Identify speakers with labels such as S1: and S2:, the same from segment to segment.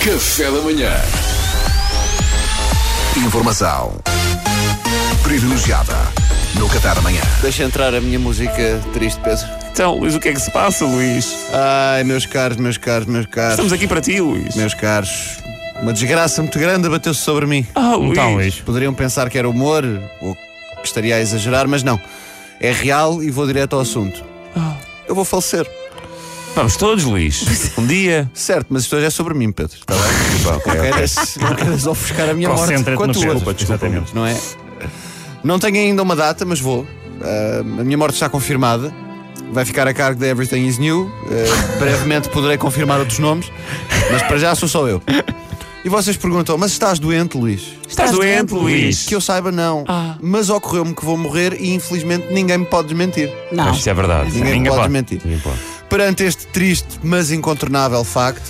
S1: Café da manhã. Informação privilegiada no Qatar amanhã.
S2: Deixa entrar a minha música triste, Pedro.
S3: Então, Luís, o que é que se passa, Luís?
S2: Ai, meus caros, meus caros, meus caros,
S3: Estamos aqui para ti, Luís.
S2: meus caros. Uma desgraça muito grande abateu-se sobre mim.
S3: Ah, Luís.
S4: Então, Luís.
S2: Poderiam pensar que era humor ou que estaria a exagerar, mas não. É real e vou direto ao assunto. Eu vou falecer.
S3: Vamos todos, Luís. Um dia.
S2: Certo, mas isto hoje é sobre mim, Pedro. Está bem? Não queres, não queres ofuscar a minha morte
S4: Concentra-te
S2: com a
S4: no
S2: tua.
S4: Pedro, exatamente.
S2: não é? Não tenho ainda uma data, mas vou. Ah, a minha morte está confirmada. Vai ficar a cargo da Everything is New. Ah, brevemente poderei confirmar outros nomes, mas para já sou só eu. E vocês perguntam, mas estás doente, Luís?
S3: Estás doente, Luís.
S2: Que eu saiba, não.
S3: Ah.
S2: Mas ocorreu-me que vou morrer e infelizmente ninguém me pode desmentir.
S5: Não.
S3: Mas Isto é verdade.
S2: Ninguém, me pode desmentir.
S3: Ninguém pode.
S2: Perante este triste, mas incontornável facto,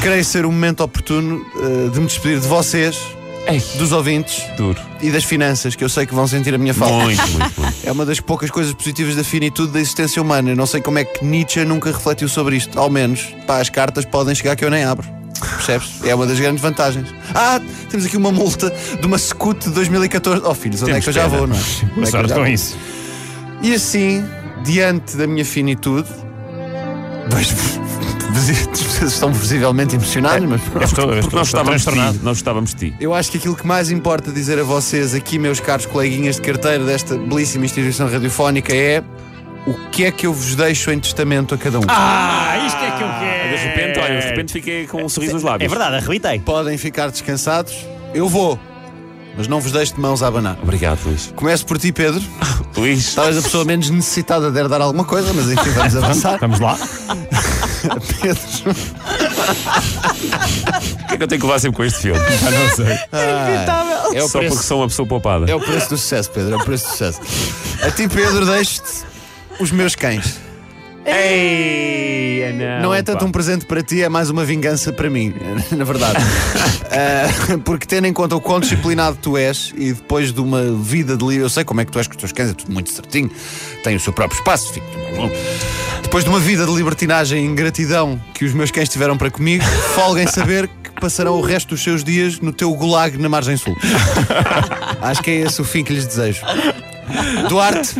S2: creio ser o momento oportuno ah, de me despedir de vocês,
S3: Ei,
S2: dos ouvintes
S3: duro.
S2: e das finanças, que eu sei que vão sentir a minha falta.
S3: Muito, muito, muito.
S2: É uma das poucas coisas positivas da finitude da existência humana. Eu não sei como é que Nietzsche nunca refletiu sobre isto. Ao menos, pá, as cartas podem chegar que eu nem abro. Percebes? É uma das grandes vantagens. Ah, temos aqui uma multa de uma Scoot de 2014. Oh, filhos, onde é que eu já
S4: pena.
S2: vou, não é? Onde é
S4: Boa
S2: que eu
S4: sorte
S2: já
S4: com
S2: vou?
S4: isso.
S2: E assim, diante da minha finitude, vejo-vos. Vocês estão visivelmente
S4: É.
S2: emocionados, mas pronto.
S3: Estou,
S4: estou
S3: nós estávamos de
S4: transtornado.
S3: ti. Nós estávamos de ti.
S2: Eu acho que aquilo que mais importa dizer a vocês aqui, meus caros coleguinhas de carteira desta belíssima instituição radiofónica, é o que é que eu vos deixo em testamento a cada um.
S4: Ah, isto é que eu quero.
S3: De repente, olha, de repente fiquei com um sorriso nos lábios.
S4: É verdade, arrebitei.
S2: Podem ficar descansados, eu vou, mas não vos deixo de mãos a abanar.
S3: Obrigado, Luís.
S2: Começo por ti, Pedro.
S3: Luís.
S2: Talvez a pessoa menos necessitada de herdar alguma coisa, mas enfim, vamos avançar.
S4: Vamos lá.
S2: Pedro.
S3: O que é que eu tenho que levar sempre com este filme?
S4: Já não sei.
S2: É o
S3: Só
S2: preço.
S3: porque sou uma pessoa poupada.
S2: É o preço do sucesso, Pedro. É o preço do sucesso. A ti, Pedro, deixo-te os meus cães.
S3: Ei, não.
S2: Não é tanto um presente para ti, é mais uma vingança para mim, na verdade. Ah, porque tendo em conta o quão disciplinado tu és e depois de uma vida de livre, eu sei como é que tu és com os teus cães, é tudo muito certinho, tem o seu próprio espaço, enfim. Depois de uma vida de libertinagem e ingratidão que os meus cães tiveram para comigo, folguem saber que passarão o resto dos seus dias no teu gulag na margem sul. Acho que é esse o fim que lhes desejo. Duarte,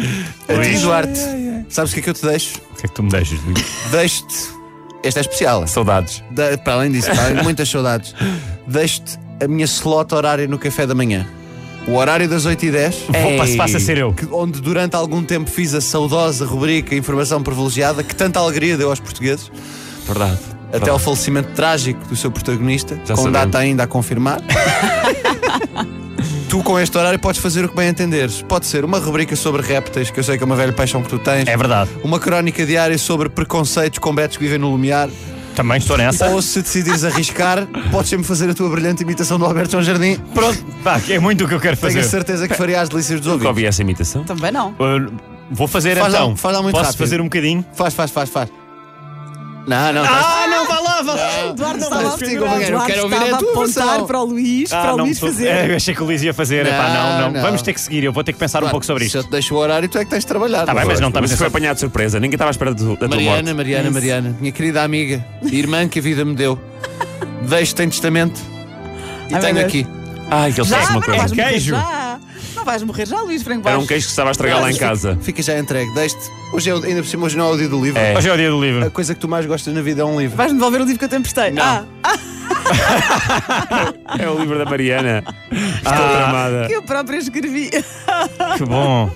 S2: a ti,
S4: Luís.
S2: Duarte, sabes o que é que eu te deixo?
S4: O que é que tu me deixas, Luís?
S2: Deixo-te. Esta é especial.
S3: Saudades.
S2: Da- para além disso, para além de muitas saudades, deixo-te a minha slot horária no café da manhã. O horário das 8h10,
S3: É.
S4: Vou passo, passo a ser eu.
S2: que- onde durante algum tempo fiz a saudosa rubrica Informação Privilegiada, que tanta alegria deu aos portugueses,
S3: Verdade.
S2: até ao falecimento trágico do seu protagonista,
S3: Já
S2: com
S3: sabemos.
S2: data ainda a confirmar. tu, com este horário, podes fazer o que bem entenderes. Pode ser uma rubrica sobre répteis, que eu sei que é uma velha paixão que tu tens.
S4: É verdade.
S2: Uma crónica diária sobre preconceitos com betos que vivem no Lumiar.
S4: Também estou nessa.
S2: Ou se decidires arriscar, podes sempre fazer a tua brilhante imitação do Alberto João Jardim.
S4: Pronto, pá, que é muito o que eu quero
S2: Tenho a
S4: fazer.
S2: certeza que faria as delícias dos
S3: Nunca
S2: ouvintes.
S3: ouvi essa imitação.
S5: Também não.
S4: Uh, Vou fazer
S2: Faz lá-
S4: então.
S2: faz lá muito
S4: Posso
S2: rápido.
S4: fazer um bocadinho?
S2: Faz, faz, faz, faz. Não, não, faz.
S4: Ah, não, vá lá, vá lá.
S5: Eduardo
S2: mas
S5: estava,
S2: diga, eu quero
S5: Eduardo
S2: ouvir a
S5: estava a
S2: tua versão.
S5: apontar para o Luís,
S4: Ah,
S5: para o
S4: não,
S5: Luís
S4: sou-
S5: fazer.
S4: É, eu achei que o Luís ia fazer. Epá,
S2: Não,
S4: não, não,
S2: não.
S4: Vamos ter que seguir. Eu vou ter que pensar um pouco sobre
S2: Se
S4: isto.
S2: eu te deixo o horário, tu é que tens de trabalhar.
S4: Tá bem, mas não estamos
S3: Mas
S4: a
S2: é
S3: foi apanhado de surpresa. Ninguém estava à espera do- da tua morte.
S2: Mariana, Mariana, Mariana, minha querida amiga, irmã que a vida me deu, deixo-te em testamento e
S5: Ai,
S2: tenho
S5: meu Deus.
S2: aqui.
S3: Ai, que ele
S5: Já,
S3: faz
S5: mas
S3: uma
S5: não
S3: coisa.
S5: vais morrer
S4: Queijo.
S5: já. Não vais morrer já, Luís Franco
S3: Era um
S5: Bastos.
S3: queijo que estava a estragar lá em casa.
S2: Fica já entregue, deixo-te. Hoje, é, o- ainda por cima, hoje não é o dia do livro.
S3: É.
S4: Hoje é o dia do livro.
S2: A coisa que tu mais gostas na vida é um livro.
S5: Vais-me devolver o livro que eu te emprestei. Ah,
S3: É o livro da Mariana. Estou tramada.
S5: que eu própria escrevi.
S4: Que bom.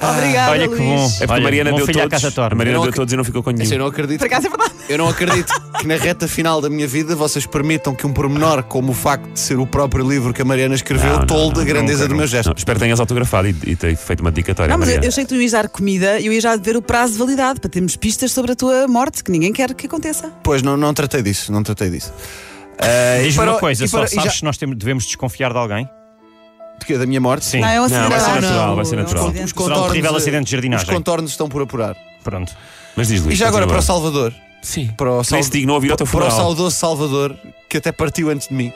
S5: Obrigada,
S4: Olha que
S5: Luís.
S4: bom.
S3: É porque
S4: Olha,
S3: a Mariana
S4: bom
S3: deu
S4: filho à
S3: todos.
S4: casa
S3: a
S4: torna.
S3: Mariana
S2: Eu não
S3: deu todos e não ficou com
S2: Isso eu
S3: nenhum.
S2: não acredito.
S5: Por acaso é verdade.
S2: Eu não acredito que na reta final da minha vida vocês permitam que um pormenor como o facto de ser o próprio livro que a Mariana escreveu
S3: Não, não,
S2: tolde
S3: não,
S2: a grandeza
S3: nunca,
S2: do meu
S3: nunca.
S2: gesto.
S3: Não, espero que tenhas autografado e, e ter feito uma dedicatória. à
S5: Não, mas eu,
S3: Mariana.
S5: eu sei que tu ias dar comida e eu ia já ver o prazo de validade para termos pistas sobre a tua morte, que ninguém quer que aconteça.
S2: Pois, não, não tratei disso, não tratei disso.
S4: Diz-me
S2: para-
S4: uma coisa,
S2: e para-
S4: só
S2: e já-
S4: sabes se nós temos- devemos desconfiar de alguém?
S2: De quê? Da minha morte?
S4: Sim.
S5: Não, é um
S3: Não,
S5: acidente.
S3: vai ser
S5: Ah,
S3: natural,
S5: não,
S3: vai ser
S5: é um
S3: natural.
S5: acidente.
S2: Os contornos, eh,
S4: terrível acidente de jardinagem.
S2: Os contornos estão por apurar.
S4: Pronto.
S3: Mas diz, Luís.
S2: E já agora para
S3: continua.
S2: o Salvador.
S3: Sim.
S2: Para o,
S3: Nem se dignou a vir ao teu
S2: para o
S3: funeral.
S2: saudoso Salvador, que até partiu antes de mim.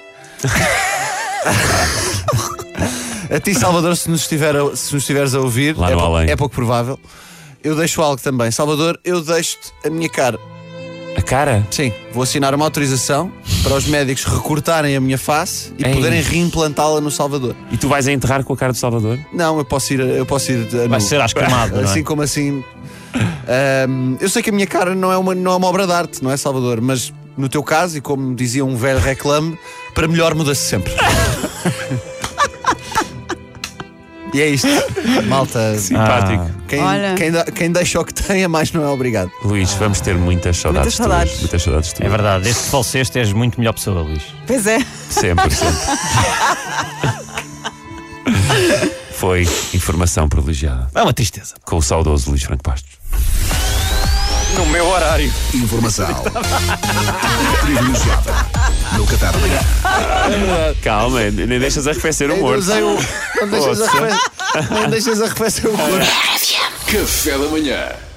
S2: a ti, Salvador, se nos, estiver a- se nos estiveres a ouvir,
S3: Lá
S2: é,
S3: no
S2: pou-
S3: além.
S2: é pouco provável. Eu deixo algo também. Salvador, eu deixo-te a minha cara.
S3: A cara?
S2: Sim, vou assinar uma autorização para os médicos recortarem a minha face e
S3: Ei.
S2: poderem reimplantá-la no Salvador.
S3: E tu vais a enterrar com a cara do Salvador?
S2: Não, eu posso ir, eu posso ir a
S4: Vai
S2: nu.
S4: ser às cremadas. não é?
S2: Assim como assim. Ahm, eu sei que a minha cara não é uma, não é uma obra de arte, não é, Salvador? Mas no teu caso, e como dizia um velho reclame, para melhor muda-se sempre. e é isto. Malta,
S3: Simpático.
S2: quem,
S5: Olha.
S2: quem, dá- quem deixa o que tem, a mais não é obrigado.
S3: Luís, vamos ter muitas saudades
S5: Muitas
S3: tuas.
S5: saudades.
S3: Muitas saudades tuas.
S4: É verdade, desde que faleceste és muito melhor pessoa, Luís.
S5: Pois é.
S3: Sempre, sempre. Foi informação privilegiada
S4: É uma tristeza.
S3: com o saudoso Luís Franco Bastos.
S4: No meu horário.
S1: Informação privilegiada no Catar Amanhã.
S3: Calma, nem deixas arrefecer o
S2: Ei,
S3: humor.
S2: Deus, eu- Não deixas
S3: Ouça.
S2: arrefe- não deixas arrefecer o corpo.
S1: Café da Manhã.